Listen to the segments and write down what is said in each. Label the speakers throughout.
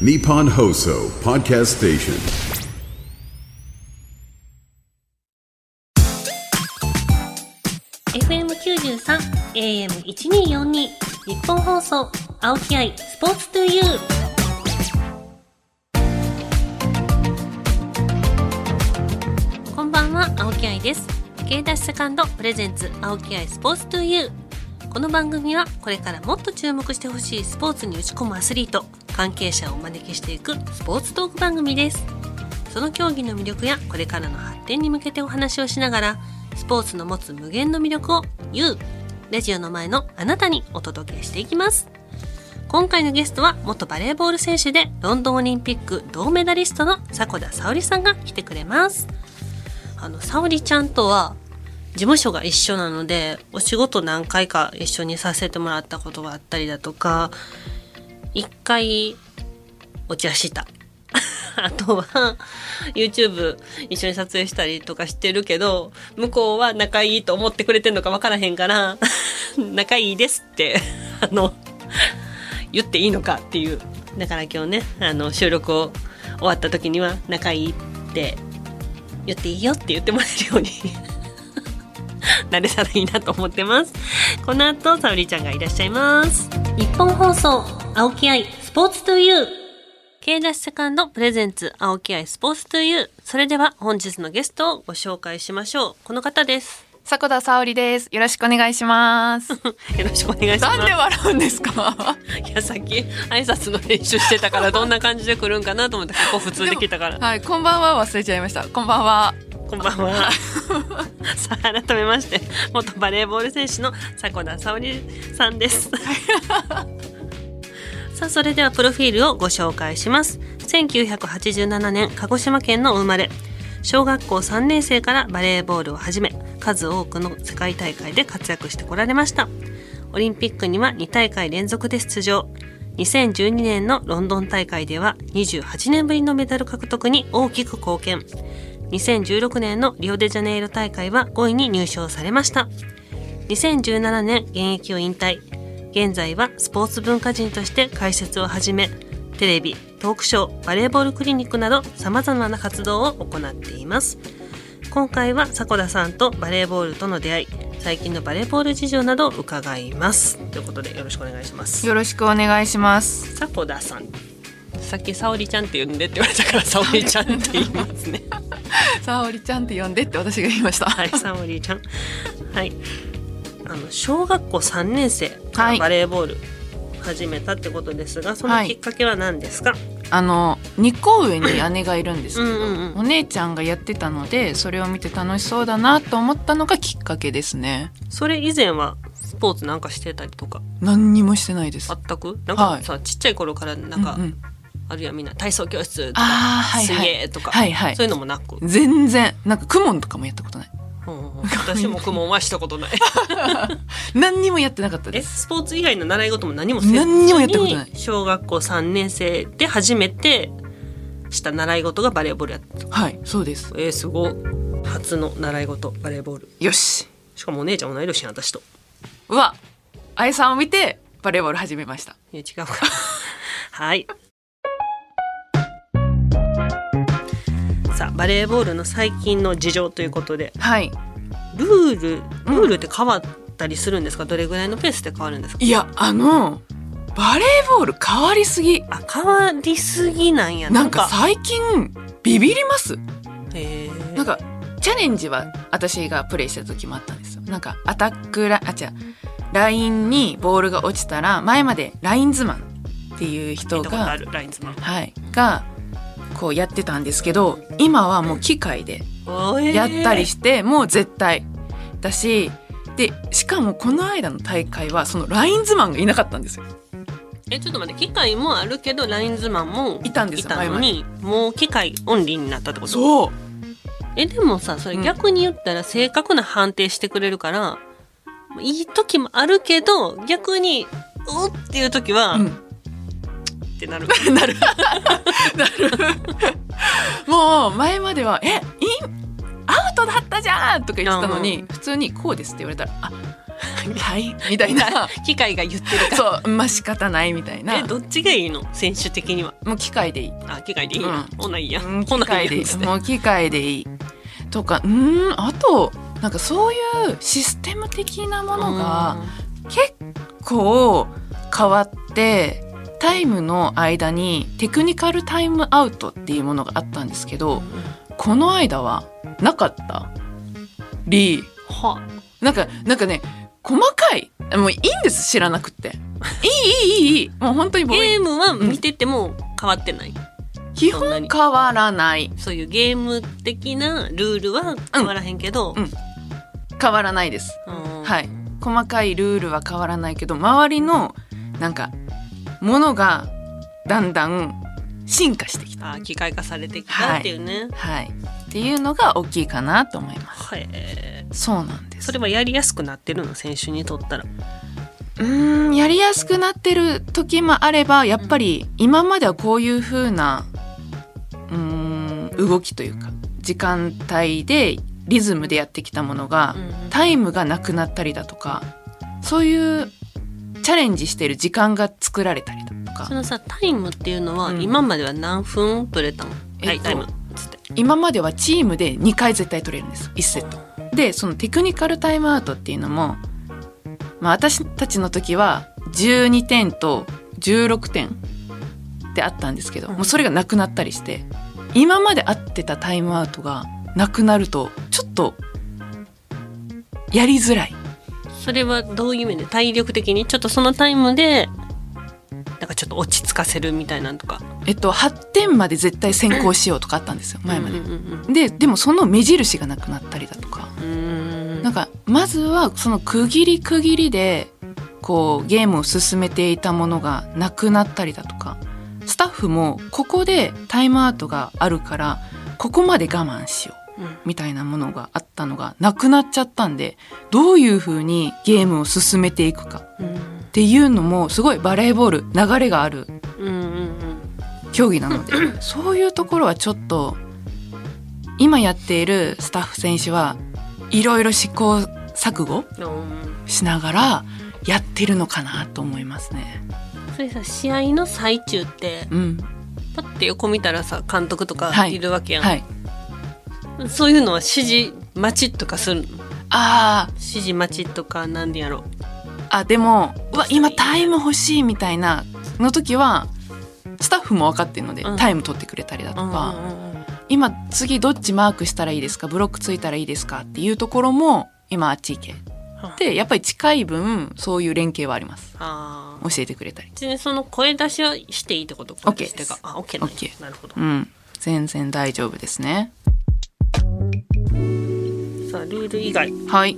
Speaker 1: Nippon Hoso Podcast Station.
Speaker 2: 93 AM1242 日本放送青木愛スポーツ 2U こんばんは青木愛です経ダッシュセカンドプレゼンツ青木愛スポーツ 2U この番組はこれからもっと注目してほしいスポーツに打ち込むアスリート関係者をお招きしていくスポーツトーク番組ですその競技の魅力やこれからの発展に向けてお話をしながらスポーツの持つ無限の魅力を YOU ラジオの前のあなたにお届けしていきます今回のゲストは元バレーボール選手でロンドンオリンピック銅メダリストの迫田沙織さんが来てくれますあの沙織ちゃんとは事務所が一緒なのでお仕事何回か一緒にさせてもらったことがあったりだとか一回落ち足した。 あとは、YouTube 一緒に撮影したりとかしてるけど、向こうは仲いいと思ってくれてんのかわからへんから、 仲いいですって、 あの、言っていいのかっていう。だから今日ね、あの、収録を終わった時には、仲いいって言っていいよって言ってもらえるように、 なれたらいいなと思ってます。この後、サウリーちゃんがいらっしゃいます。日本放送、青木愛、スポーツ 2U。K ダッシュセカンドプレゼンツ青木愛スポーツ 2U それでは本日のゲストをご紹介しましょうこの方です
Speaker 3: 迫田沙織です。よろしくお願いし ます。
Speaker 2: よろしくお願いしま
Speaker 3: なんです笑うんですか。
Speaker 2: いやさっき挨拶の練習してたからどんな感じで来るんかなと思ってここ普通で来たから
Speaker 3: はい、こんばんは忘れちゃいました。こんばんは。
Speaker 2: こんばんはさあ改めまして元バレーボール選手の迫田沙織さんです さあそれではプロフィールをご紹介します1987年鹿児島県のお生まれ小学校3年生からバレーボールを始め数多くの世界大会で活躍してこられましたオリンピックには2大会連続で出場2012年のロンドン大会では28年ぶりのメダル獲得に大きく貢献2016年のリオデジャネイロ大会は5位に入賞されました2017年現役を引退現在はスポーツ文化人として解説をはじめテレビトークショーバレーボールクリニックなどさまざまな活動を行っています今回は迫田さんとバレーボールとの出会い最近のバレーボール事情などを伺いますということでよろしくお願いします
Speaker 3: よろしくお願いします。
Speaker 2: 迫田さんさっき沙織ちゃんって呼んでって言われたから沙織ちゃんって言いますね
Speaker 3: 沙織ちゃんって呼んでって私が言いました。
Speaker 2: はい、サオリーちゃん。 はい。あの小学校三年生か
Speaker 3: は
Speaker 2: ら
Speaker 3: い
Speaker 2: バレーボール始めたってことですが、その
Speaker 3: はい
Speaker 2: きっかけは何ですか？
Speaker 3: あの2個上に姉がいるんですけど、
Speaker 2: うんうんうん
Speaker 3: お姉ちゃんがやってたので、それを見て楽しそうだなと思ったのがきっかけですね。
Speaker 2: それ以前はスポーツなんかしてたりとか
Speaker 3: 何にもしてないです。
Speaker 2: 全くなんか
Speaker 3: はい
Speaker 2: さ、ちっちゃい頃からなんか、
Speaker 3: うんうん
Speaker 2: あるいはみんな体操教室とか
Speaker 3: ああはいはい。
Speaker 2: 水泳とか、
Speaker 3: はいはい
Speaker 2: そういうのもなく、
Speaker 3: 全然なんかクモンとかもやったことない。
Speaker 2: うん うんうん私も雲はしたことない
Speaker 3: 何にもやってなかった
Speaker 2: え
Speaker 3: です。
Speaker 2: スポーツ以外の習い事も何もせずに
Speaker 3: 何にもやったことない
Speaker 2: 小学校3年生で初めてした習い事がバレーボールやった
Speaker 3: はいそうです。
Speaker 2: えー、すごい初の習い事バレーボール
Speaker 3: よし。
Speaker 2: しかもお姉ちゃん同い年やん私と
Speaker 3: うわ、あさんを見てバレーボール始めました。
Speaker 2: いや違 うかはいさあバレーボールの最近の事情ということで
Speaker 3: はい。
Speaker 2: ルールルールって変わったりするんですか、どれぐらいのペースで変わるんですか
Speaker 3: いや、あの、バレーボール変わりすぎ。
Speaker 2: あ変わりすぎなんや
Speaker 3: なんか最近、ビビります。
Speaker 2: へえ
Speaker 3: なんか、チャレンジは私がプレイした時もあったんですよ。なんか、アタックラ、あ、違う、ラインにボールが落ちたら、前までラインズマンっていう
Speaker 2: 見
Speaker 3: 人
Speaker 2: たことあ
Speaker 3: が、
Speaker 2: るラインズマン
Speaker 3: はい、が、こうやってたんですけど、今はもう機械で
Speaker 2: おー
Speaker 3: やったりして、もう絶対だしでしかもこの間の大会はそのラインズマンがいなかったんですよ
Speaker 2: えちょっと待って機械もあるけどラインズマンも
Speaker 3: いたんですよ
Speaker 2: のにもう機械オンリーになったってこと
Speaker 3: そう
Speaker 2: えでもさそれ
Speaker 3: うん
Speaker 2: 逆に言ったら正確な判定してくれるから、いい時もあるけど逆に「おっ!」っていう時は、
Speaker 3: うん
Speaker 2: ってなる
Speaker 3: なるなるもう前までは「えインアウトだったじゃん!」とか言ってたのに、普通に「こうです」って言われたら「あはいみたいな
Speaker 2: 機械が言ってるか
Speaker 3: そうまあ仕方ないみたい
Speaker 2: ら。え
Speaker 3: な
Speaker 2: どっちがいいの選手的には。
Speaker 3: もう機械でいい
Speaker 2: あ機械でいいな。
Speaker 3: うん
Speaker 2: ほないや。
Speaker 3: うん
Speaker 2: ほ
Speaker 3: 機
Speaker 2: ない
Speaker 3: 械
Speaker 2: や
Speaker 3: でい
Speaker 2: つっ
Speaker 3: い
Speaker 2: て
Speaker 3: もう機械でいいとかうーんあとなんかそういうシステム的なものが結構変わってタイムの間にテクニカルタイムアウトっていうものがあったんですけ
Speaker 2: うん
Speaker 3: どこの間はなかったり
Speaker 2: は
Speaker 3: なんかなんかね細かいもういいんです知らなくっていいいいいいいいもう本当にボーイ
Speaker 2: ゲームは見てても変わってない。
Speaker 3: 基
Speaker 2: そんなに
Speaker 3: 本変わらない
Speaker 2: そういうゲーム的なルールは変わらへんけど
Speaker 3: う。ん変わらないです
Speaker 2: は
Speaker 3: はい。細かいルールは変わらないけど周りのなんかものがだんだん進化してきた、
Speaker 2: あ機械化されてきたっていうね。
Speaker 3: はい、っていうのが大きいかなと思います
Speaker 2: はい。
Speaker 3: そうなんです
Speaker 2: それはやりやすくなってるの選手にとったら。
Speaker 3: うーんやりやすくなってる時もあればやっぱり今まではこういう風なうーん動きというか時間帯でリズムでやってきたものがタイムがなくなったりだとかそういうチャレンジしてる時間が作られたりだと
Speaker 2: そ
Speaker 3: か
Speaker 2: のさタイムっていうのは、
Speaker 3: うん
Speaker 2: 今までは何分取れたの、
Speaker 3: えっと
Speaker 2: はいタイムっつって
Speaker 3: 今まではチームで2回絶対取れるんです1セット。でそのテクニカルタイムアウトっていうのも、まあ、私たちの時は12点と16点ってあったんですけど、
Speaker 2: うん
Speaker 3: もうそれがなくなったりして今まで合ってたタイムアウトがなくなるとちょっとやりづらい
Speaker 2: それはどういう意味で体力的にちょっとそのタイムでなんかちょっと落ち着かせるみたいなんとか
Speaker 3: えっと8点まで絶対先行しようとかあったんですよ前まで。
Speaker 2: うんうん
Speaker 3: ででもその目印がなくなったりだとか
Speaker 2: うんうーん
Speaker 3: なんかまずはその区切り区切りでこうゲームを進めていたものがなくなったりだとかスタッフもここでタイムアウトがあるからここまで我慢しよう
Speaker 2: うん
Speaker 3: みたいなものがあったのがなくなっちゃったんでどういうふうにゲームを進めていくかっ
Speaker 2: うん
Speaker 3: ていうのもすごいバレーボール流れがある
Speaker 2: うんうん
Speaker 3: 競技なのでそういうところはちょっと今やっているスタッフ選手はいろいろ試行錯誤
Speaker 2: うんうん
Speaker 3: しながらやってるのかなと思いますね。
Speaker 2: それさ試合の最中って
Speaker 3: うん、
Speaker 2: パッて横見たらさ監督とか
Speaker 3: はい
Speaker 2: いるわけやん、
Speaker 3: はい。
Speaker 2: そういうのは指示待ちとかするの
Speaker 3: あ
Speaker 2: 指示待ちとかなんでやろ
Speaker 3: ーあでもうわ今タイム欲しいみたいなの時はスタッフも分かってるので、
Speaker 2: うん
Speaker 3: タイム取ってくれたりだと
Speaker 2: う、うんうん
Speaker 3: か、
Speaker 2: うん
Speaker 3: 今次どっちマークしたらいいですかブロックついたらいいですかっていうところも今あっち行けってやっぱり近い分そういう連携はあります
Speaker 2: ああ
Speaker 3: 教えてくれたり。
Speaker 2: 別にその声出しはしていいってこと声出しってか
Speaker 3: オッケ
Speaker 2: あ OK な
Speaker 3: ーです
Speaker 2: んや
Speaker 3: オッケー
Speaker 2: なるほど
Speaker 3: うん全然大丈夫ですね。
Speaker 2: さあルール以外
Speaker 3: はい。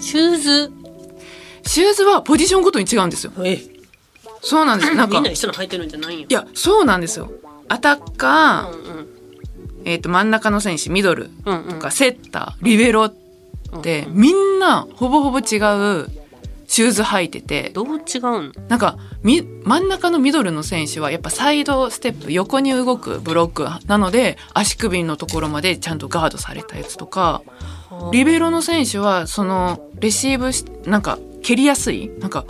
Speaker 2: シューズ
Speaker 3: シューズはポジションごとに違うんですよ。
Speaker 2: え
Speaker 3: そうなんです。な ん
Speaker 2: み
Speaker 3: か
Speaker 2: んな一緒の履いてるんじゃないんや
Speaker 3: いやそうなんですよアタッ
Speaker 2: う
Speaker 3: カ
Speaker 2: ん
Speaker 3: ー、
Speaker 2: うん
Speaker 3: えー、と真ん中の選手ミドル
Speaker 2: うんう
Speaker 3: と
Speaker 2: ん
Speaker 3: かセッターリベロってみんなほぼほぼ違うシューズ履いてて
Speaker 2: どう違うん
Speaker 3: なんかみ真ん中のミドルの選手はやっぱサイドステップ横に動くブロックなので足首のところまでちゃんとガードされたやつとかリベロの選手はそのレシーブしなんか蹴りやすいなんか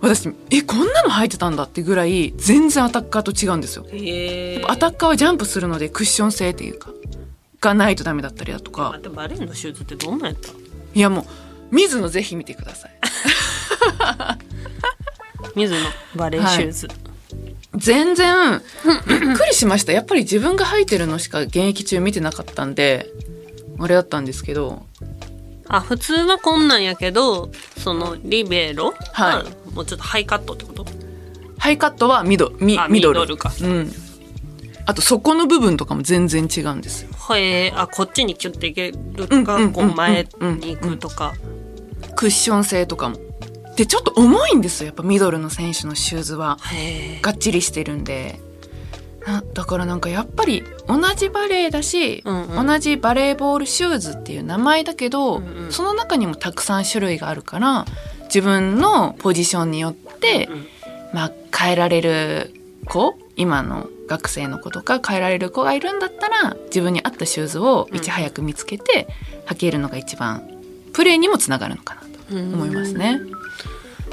Speaker 3: 私えこんなの履いてたんだってぐらい全然アタッカーと違うんですよ。
Speaker 2: へえ
Speaker 3: アタッカーはジャンプするのでクッション性っていうかがないとダメだったりだと
Speaker 2: 待
Speaker 3: か
Speaker 2: ってバレーのシューズってどんなんやった
Speaker 3: いやもう水野ぜひ見てください
Speaker 2: 水野バレーシューズ
Speaker 3: 全然びっくりしましたやっぱり自分が履いてるのしか現役中見てなかったんであれだったんですけど
Speaker 2: あ普通はこんなんやけどそのリベロ
Speaker 3: はい
Speaker 2: あもうちょっとハイカットってこと
Speaker 3: ハイカットはミドミ
Speaker 2: あ
Speaker 3: ミドル
Speaker 2: ミドルか
Speaker 3: うん、あと底の部分とかも全然違うんですよ
Speaker 2: へえあこっちにキュッていけると
Speaker 3: うんうんうんう
Speaker 2: か
Speaker 3: ん
Speaker 2: こう前に行くとか
Speaker 3: クッション性とかもでちょっと重いんですよやっぱミドルの選手のシューズは
Speaker 2: へえ
Speaker 3: がっちりしてるんでなだからなんかやっぱり同じバレエだし、
Speaker 2: うんうん
Speaker 3: 同じバレーボールシューズっていう名前だけど、
Speaker 2: うんうん
Speaker 3: その中にもたくさん種類があるから自分のポジションによって、
Speaker 2: うん
Speaker 3: まあ、変えられる子今の学生の子とか変えられる子がいるんだったら自分に合ったシューズをいち早く見つけて履けるのが一番プレーにもつながるのかなと思いますね。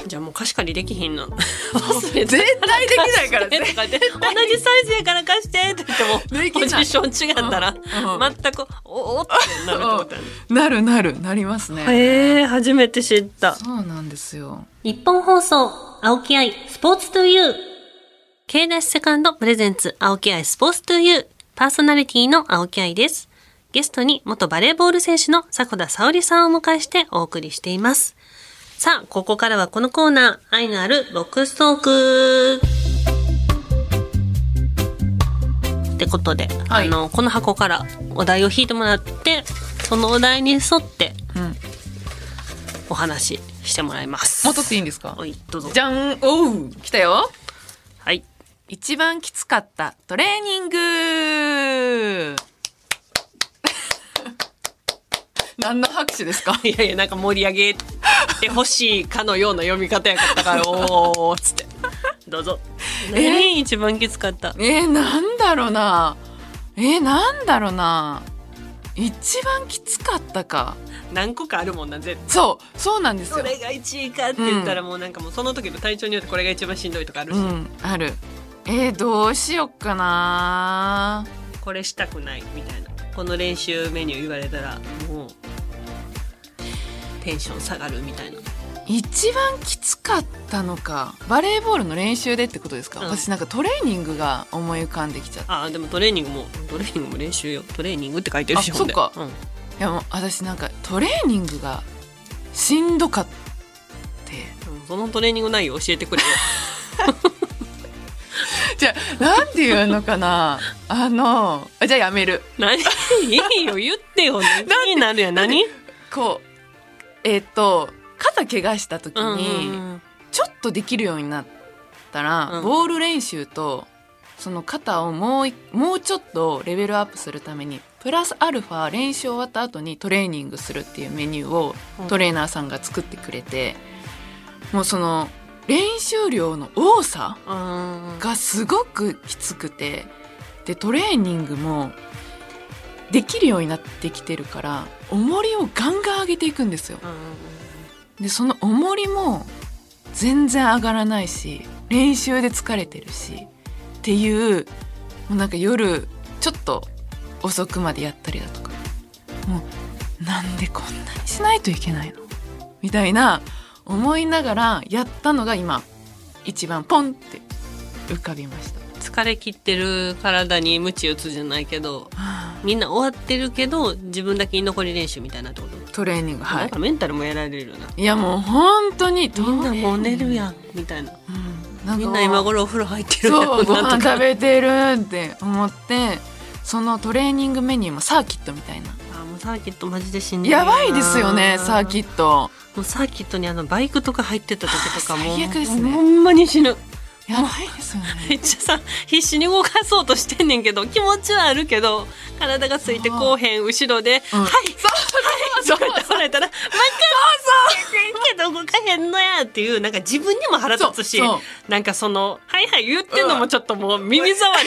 Speaker 2: じゃあもう貸し借りできひん の忘れて
Speaker 3: 絶対できないから
Speaker 2: 貸してとか言って同じサイズやから貸してって言っても
Speaker 3: でき
Speaker 2: ポ
Speaker 3: ない
Speaker 2: ジション違ったら
Speaker 3: うんうん
Speaker 2: 全くおおってなるってことや ね
Speaker 3: なるなるなりますね。
Speaker 2: へえ初めて知った
Speaker 3: そうなんですよ。
Speaker 2: 日本放送青木愛スポーツトゥユー K ダッシュセカンドプレゼンツ青木愛スポーツトゥユーパーソナリティの青木愛ですゲストに元バレーボール選手の迫田沙織さんをお迎えしてお送りしていますさあここからはこのコーナー愛のあるロックストークってことで、
Speaker 3: はい
Speaker 2: あのこの箱からお題を引いてもらってそのお題に沿って
Speaker 3: うん。
Speaker 2: お話ししてもらいます
Speaker 3: 戻っていいんですか
Speaker 2: は。い、どうぞ。
Speaker 3: じゃん。おう来たよ。
Speaker 2: はい。
Speaker 3: 一番きつかったトレーニング。 何の拍手ですか。
Speaker 2: いやいや、なんか盛り上げてほしいかのような読み方やった から、おお、つって。どうぞ。何一番きつかった。
Speaker 3: えー、なんだろうな。えー、なんだろうな。一番きつかったか。
Speaker 2: 何個かあるもんな、絶対。
Speaker 3: そう、そうなんです
Speaker 2: そ
Speaker 3: よ。
Speaker 2: れが1位かって言ったら、もうなんかもうその時の体調によってこれが一番しんどいとかある
Speaker 3: う
Speaker 2: し、
Speaker 3: ん、ある。えー、どうしよっかな。
Speaker 2: これしたくないみたいな。この練習メニュー言われたら、もう、テンション下がるみたいな。
Speaker 3: 一番きつかったのか。バレーボールの練習でってことですか。
Speaker 2: うん
Speaker 3: 私なんかトレーニングが思い浮かんできちゃった。
Speaker 2: ああ、でもトレーニングも、トレーニングも練習よ。トレーニングって書いてるし、
Speaker 3: あそっか
Speaker 2: ほんで
Speaker 3: いやもう私なんかトレーニングがしんどかって。
Speaker 2: うん。うんそのトレーニング内容教えてくれよ。
Speaker 3: じゃあ、なんていうの かな。あの、あじゃあやめる。
Speaker 2: 何いいよ言ってよ何になるやん何
Speaker 3: こうえっ、と肩怪我した時
Speaker 2: うん
Speaker 3: に、ちょっとできるようになったら、
Speaker 2: うん
Speaker 3: ボール練習とその肩をもういもうちょっとレベルアップするためにプラスアルファ練習終わった後にトレーニングするっていうメニューを
Speaker 2: うん
Speaker 3: トレーナーさんが作ってくれて、もうその練習量の多さ
Speaker 2: うん
Speaker 3: がすごくきつくてでトレーニングもできるようになってきてるから重りをガンガン上げていくんですよでその重りも全然上がらないし練習で疲れてるしっていうもうなんか夜ちょっと遅くまでやったりだとかもうなんでこんなにしないといけないのみたいな思いながらやったのが今一番ポンって浮かびました。
Speaker 2: 疲れ切ってる体に鞭打つじゃないけど
Speaker 3: はあ
Speaker 2: みんな終わってるけど自分だけ居残り練習みたいなってこと、
Speaker 3: トレーニングは
Speaker 2: なん
Speaker 3: い
Speaker 2: かメンタルもやられるよない
Speaker 3: やもう本当に
Speaker 2: みんなもう寝る
Speaker 3: ん、
Speaker 2: やんみたいな
Speaker 3: うん、なんか
Speaker 2: みんな今頃お風呂入ってるやん
Speaker 3: そうご
Speaker 2: なん
Speaker 3: 飯
Speaker 2: とか
Speaker 3: 食べてるって思ってそのトレーニングメニューもサーキットみたいな
Speaker 2: あもうサーキットマジでしんどいな
Speaker 3: やばいですよねサーキット
Speaker 2: もうサーキットにあのバイクとか入ってた時とかも
Speaker 3: 最悪ですね
Speaker 2: ほんまに死ぬ
Speaker 3: やばいですよ
Speaker 2: め
Speaker 3: ね
Speaker 2: っちゃさ必死に動かそうとしてんねんけど気持ちはあるけど体がついてこうへん後ろで「
Speaker 3: うん
Speaker 2: はいはい」とか言って取られたら「もう一回そうそう」けど動かへんのやっていうなんか自分にも腹立つし
Speaker 3: そうそ
Speaker 2: なんかその「はいはい」言ってんのもちょっともう耳障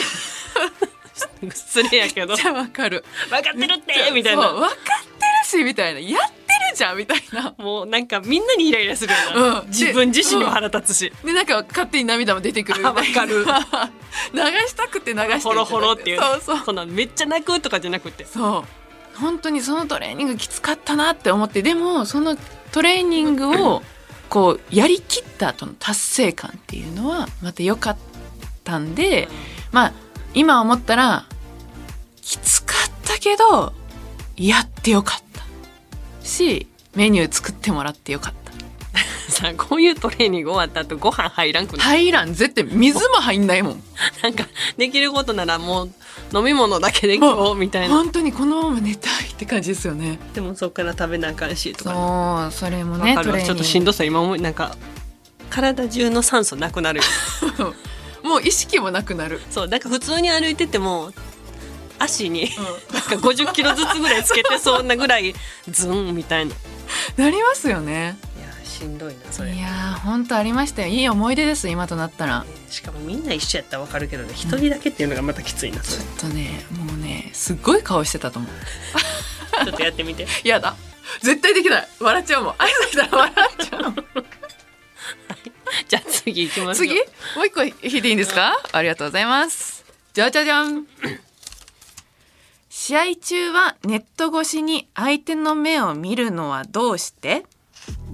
Speaker 2: り失礼やけど
Speaker 3: めっちゃわかる
Speaker 2: 「分かってるって」みたい
Speaker 3: そう
Speaker 2: な
Speaker 3: わかってるしみたいなやってるじゃんみたいな
Speaker 2: もうなんかみんなにイライラするよな、
Speaker 3: うん
Speaker 2: 自分自身にも腹立つし。
Speaker 3: でなんか勝手に涙も出てくるみたいな
Speaker 2: あわ
Speaker 3: 流したくて流してるんじゃなくて
Speaker 2: ほろほろっていう
Speaker 3: そうそう
Speaker 2: そんなめっちゃ泣くとかじゃなくて
Speaker 3: そう本当にそのトレーニングきつかったなって思ってでもそのトレーニングをこうやりきった後の達成感っていうのはまた良かったんでまあ今思ったらきつかったけどやってよかったしメニュー作ってもらってよかった
Speaker 2: さこういうトレーニング終わった後ご飯入らんくなる
Speaker 3: 入らん絶対水も入んないもん
Speaker 2: なんかできることならもう飲み物だけで行こうみたいな
Speaker 3: 本当にこのまま寝たいって感じですよね
Speaker 2: でもそっから食べなあかんしとかね
Speaker 3: そうそれも
Speaker 2: わ
Speaker 3: ね
Speaker 2: か
Speaker 3: ト
Speaker 2: るわ
Speaker 3: レーニ
Speaker 2: ちょ
Speaker 3: ン
Speaker 2: っ
Speaker 3: グ
Speaker 2: としんどさ今思いなんか体中の酸素なくなるよ
Speaker 3: もう意識もなくなる
Speaker 2: そうなんか普通に歩いてても足に、なんか50キロずつぐらいつけてそうなぐらいズンみたいない
Speaker 3: なりますよね
Speaker 2: やしんどいなそ
Speaker 3: いやー本当ありましたよいい思い出です今となったら
Speaker 2: しかもみんな一緒やったらわかるけどね一人だけっていうのがまたきついなそ
Speaker 3: ちょ
Speaker 2: れ
Speaker 3: っとねもうねすっごい顔してたと思う
Speaker 2: ちょっとやってみて
Speaker 3: やだ絶対できない笑っちゃうもん愛されたら 笑っちゃう
Speaker 2: じゃあ次行きましょう
Speaker 3: 次もう一個引いていいんですかありがとうございますじゃじゃじゃん試合中はネット越しに相手の目を見るのはどうして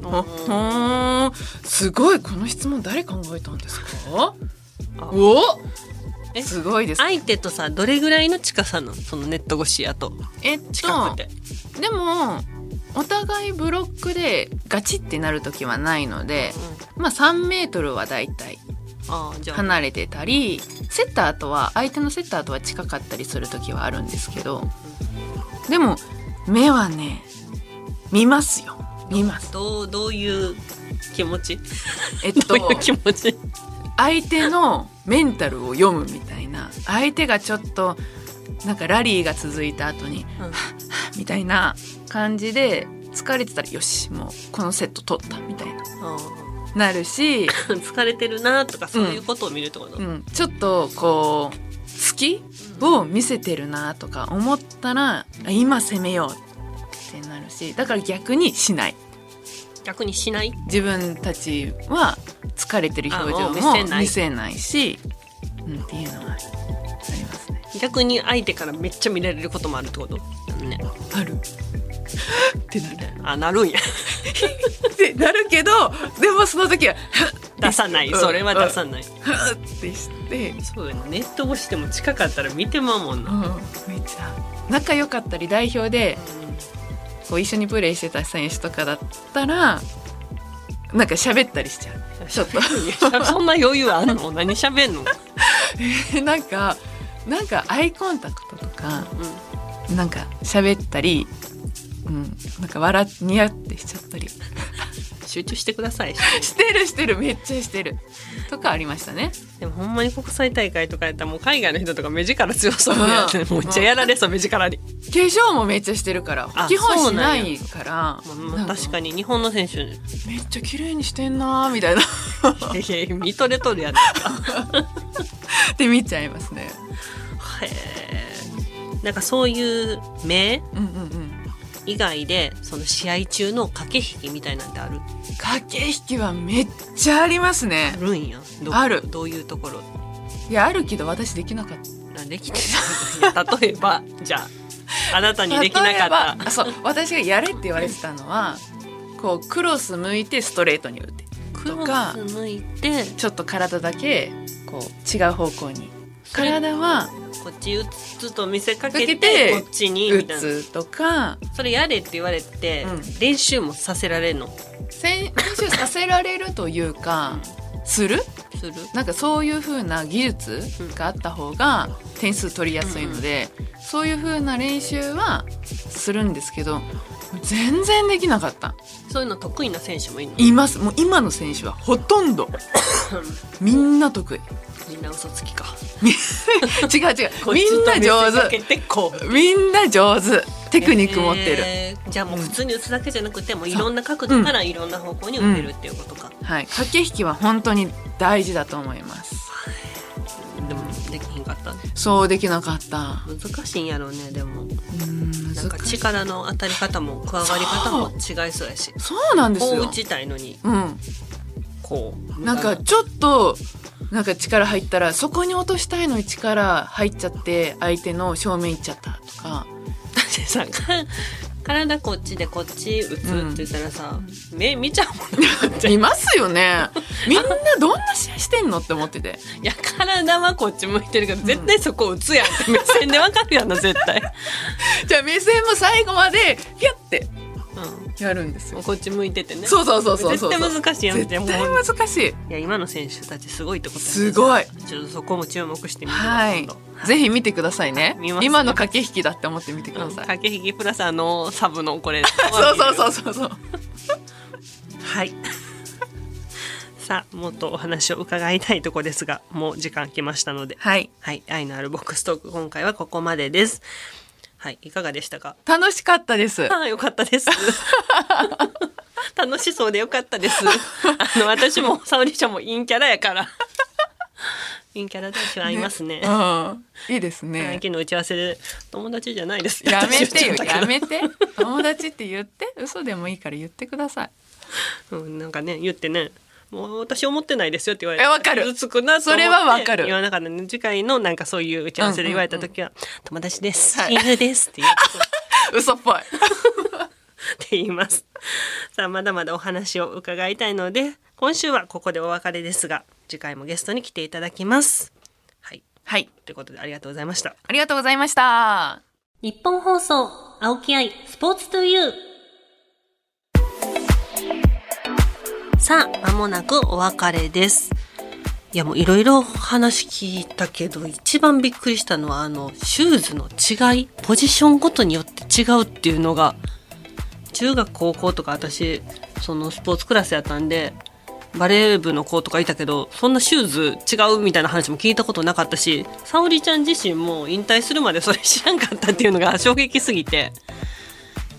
Speaker 3: ほほーんすごいこの質問誰考えたんですか
Speaker 2: あ
Speaker 3: お
Speaker 2: え
Speaker 3: すごいです
Speaker 2: 相手とさどれぐらいの近さなのそのネット越しやと
Speaker 3: えっと
Speaker 2: 近くて、
Speaker 3: でもお互いブロックでガチってなる時はないのでまあ3メートルはだいたい
Speaker 2: ああじゃあ
Speaker 3: 離れてたりセッターとは相手のセッターとは近かったりする時はあるんですけどでも目はね見ますよ 見ます
Speaker 2: どうどういう気持ち
Speaker 3: えっ
Speaker 2: ど
Speaker 3: と
Speaker 2: ういう気持ち
Speaker 3: 相手のメンタルを読むみたいな相手がちょっとなんかラリーが続いた後に
Speaker 2: うん
Speaker 3: みたいな感じで疲れてたらよしもうこのセット取ったみたいな
Speaker 2: あ
Speaker 3: なる し、
Speaker 2: あ疲れてるなとかそういうことを見るってこと、
Speaker 3: うん、ちょっとこう好きを見せてるなとか思ったらあ今攻めようってなるしだから逆にしない
Speaker 2: 逆にしない
Speaker 3: 自分たちは疲れてる表情
Speaker 2: あもう見せ
Speaker 3: も
Speaker 2: ない
Speaker 3: 見せないしうん、っていうのはありますね。
Speaker 2: 逆に相手からめっちゃ見られることもあるってことだね
Speaker 3: ある ってなる
Speaker 2: あな るんや
Speaker 3: ってなるけどでもその時は
Speaker 2: 出さないそれは出さない、
Speaker 3: 「はっ」ってして、
Speaker 2: そうやねネット越しでも近かったら見てまうもんな、
Speaker 3: めっちゃ仲良かったり代表でこう一緒にプレーしてた選手とかだったらなんか喋ったりしちゃうちょっと
Speaker 2: いやそんな余裕あんの何喋んの、
Speaker 3: なんかなんかアイコンタクトとかなんか喋ったり、うん、なんか笑っニヤってしちゃったりし
Speaker 2: 集中してくださ い
Speaker 3: てるしてるめっちゃしてるとかありましたね
Speaker 2: でもほんまに国際大会とかやったらもう海外の人とか目力強そう やつ
Speaker 3: うん
Speaker 2: もうめっちゃやられそう目力に、
Speaker 3: 化粧もめっちゃしてるから
Speaker 2: あ
Speaker 3: 基本
Speaker 2: そう
Speaker 3: し
Speaker 2: な
Speaker 3: なん
Speaker 2: や
Speaker 3: いから
Speaker 2: まあ、確かに日本の選手い
Speaker 3: めっちゃ綺麗にしてんなーみ たいな
Speaker 2: やいや見とれとるやつ
Speaker 3: って見ちゃいますね
Speaker 2: へえなんかそういう目
Speaker 3: うんうんうん
Speaker 2: 以外でその試合中の駆け引きみたいなんてある
Speaker 3: 駆け引きはめっちゃありますね
Speaker 2: あるんやど
Speaker 3: ある
Speaker 2: どういうところ
Speaker 3: いやあるけど私できなかった
Speaker 2: なんできてないの 例えばじゃああなたにできなかった
Speaker 3: 例えばあそう私がやれって言われてたのはこうクロス向いてストレートに打って
Speaker 2: ク
Speaker 3: と
Speaker 2: ロ
Speaker 3: か
Speaker 2: ス向いて
Speaker 3: ちょっと体だけこう違う方向に体は
Speaker 2: こっち打つと見せかけて
Speaker 3: かけて
Speaker 2: こっちに
Speaker 3: 打
Speaker 2: みたいな
Speaker 3: つとか
Speaker 2: それやれって言われて、
Speaker 3: うん
Speaker 2: 練習もさせられんの
Speaker 3: 選手させられるというかする
Speaker 2: する
Speaker 3: なんかそういう風な技術があった方が点数取りやすいので、そういう風な練習はするんですけど全然できなかった
Speaker 2: そういうの得意な選手もいるの
Speaker 3: いますもう今の選手はほとん どみんな得意
Speaker 2: みんな嘘つきか
Speaker 3: 違う違うみんな
Speaker 2: こっ
Speaker 3: 上
Speaker 2: ちと見せかけ
Speaker 3: 手
Speaker 2: てこう
Speaker 3: みんな上手テクニック持ってる、
Speaker 2: えーじゃあもう普通に打つだけじゃなくてもういろんな角度からいろんな方向に打てるっていうことか、
Speaker 3: はい、駆け引きは本当に大事だと思います
Speaker 2: でもできひんかった
Speaker 3: そうできなかった
Speaker 2: 難しいんやろうねでも
Speaker 3: うん難
Speaker 2: なんか
Speaker 3: しい
Speaker 2: 力の当たり方も加わり方も違いそうやし
Speaker 3: そうなんです
Speaker 2: こう
Speaker 3: よ
Speaker 2: 打ちたいのに
Speaker 3: うん
Speaker 2: こう
Speaker 3: なんかちょっとなんか力入ったらそこに落としたいのに力入っちゃって相手の正面行っちゃったとか
Speaker 2: だってさか 体こっちでこっち打つって言ったらさ、目見ちゃうもんね
Speaker 3: いますよ ねみんなどんな試合してんのって思ってて
Speaker 2: いや体はこっち向いてるけど絶対そこ打つやんって目線でわかるやんな絶対、
Speaker 3: じゃあ目線も最後までピャって
Speaker 2: う
Speaker 3: やるんです
Speaker 2: ん、
Speaker 3: よ
Speaker 2: こっち向いててね
Speaker 3: そうそうそうそうそう
Speaker 2: 絶対難しいやん
Speaker 3: 絶対難しい
Speaker 2: いや今の選手たちすごいってことやね
Speaker 3: すごい
Speaker 2: ちょっとそこも注目してみてくださ
Speaker 3: はいい
Speaker 2: 今度
Speaker 3: ぜひ見てくださいね
Speaker 2: 見ます
Speaker 3: 今の駆け引きだって思ってみてくだ
Speaker 2: うん
Speaker 3: さい、
Speaker 2: 駆け引きプラスあのサブのこれ
Speaker 3: そうそうそうそうそう
Speaker 2: はい さあもっとお話を伺いたいとこですがもう時間来ましたので
Speaker 3: はい
Speaker 2: はい愛のあるボックストーク今回はここまでですはいいかがでしたか
Speaker 3: 楽しかったです
Speaker 2: ああ よかったです楽しそうでよかったですあの私も沙織ちゃんも陰キャラやから陰キャラ同士はいますね。
Speaker 3: うんいいですね
Speaker 2: 最近の打ち合わせで友達じゃないです。
Speaker 3: やめ
Speaker 2: 私はち
Speaker 3: てよ
Speaker 2: ょっと
Speaker 3: やめて友達って言って嘘でもいいから言ってく ださい
Speaker 2: うん、なんかね言ってねもう私思ってないですよって言われて
Speaker 3: えわかる
Speaker 2: うつくなと思って
Speaker 3: それはわかる
Speaker 2: 言わなかったね次回のなんかそういう打ち合わせで言われた時は「友達です、
Speaker 3: はい
Speaker 2: 犬です」って言う
Speaker 3: 嘘っぽい
Speaker 2: って言いますさあまだまだお話を伺いたいので今週はここでお別れですが次回もゲストに来ていただきますはい
Speaker 3: はい
Speaker 2: ということでありがとうございました
Speaker 3: ありがとうございました
Speaker 2: 日本放送青木愛スポーツトゥユーさあ間もなくお別れですいやもういろいろ話聞いたけど一番びっくりしたのはあのシューズの違いポジションごとによって違うっていうのが中学高校とか私そのスポーツクラスやったんでバレー部の子とかいたけどそんなシューズ違うみたいな話も聞いたことなかったし沙織ちゃん自身も引退するまでそれ知らんかったっていうのが 衝撃すぎて。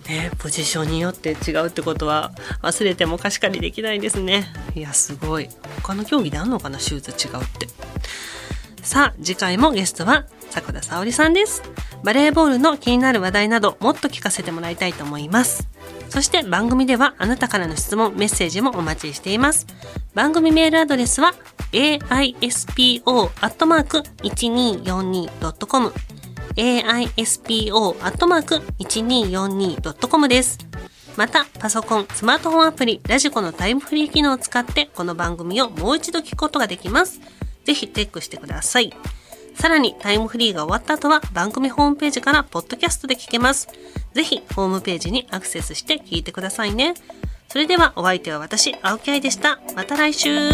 Speaker 2: ね、ポジションによって違うってことは忘れても貸し借りできないですねいやすごい他の競技であんのかなシューズ違うってさあ次回もゲストは迫田沙織さんですバレーボールの気になる話題などもっと聞かせてもらいたいと思いますそして番組ではあなたからの質問メッセージもお待ちしています番組メールアドレスは aispo.1242.com aispo.1242.com ですまたパソコンスマートフォンアプリラジコのタイムフリー機能を使ってこの番組をもう一度聞くことができますぜひチェックしてくださいさらにタイムフリーが終わった後は番組ホームページからポッドキャストで聞けますぜひホームページにアクセスして聞いてくださいねそれではお相手は私青木愛でしたまた来週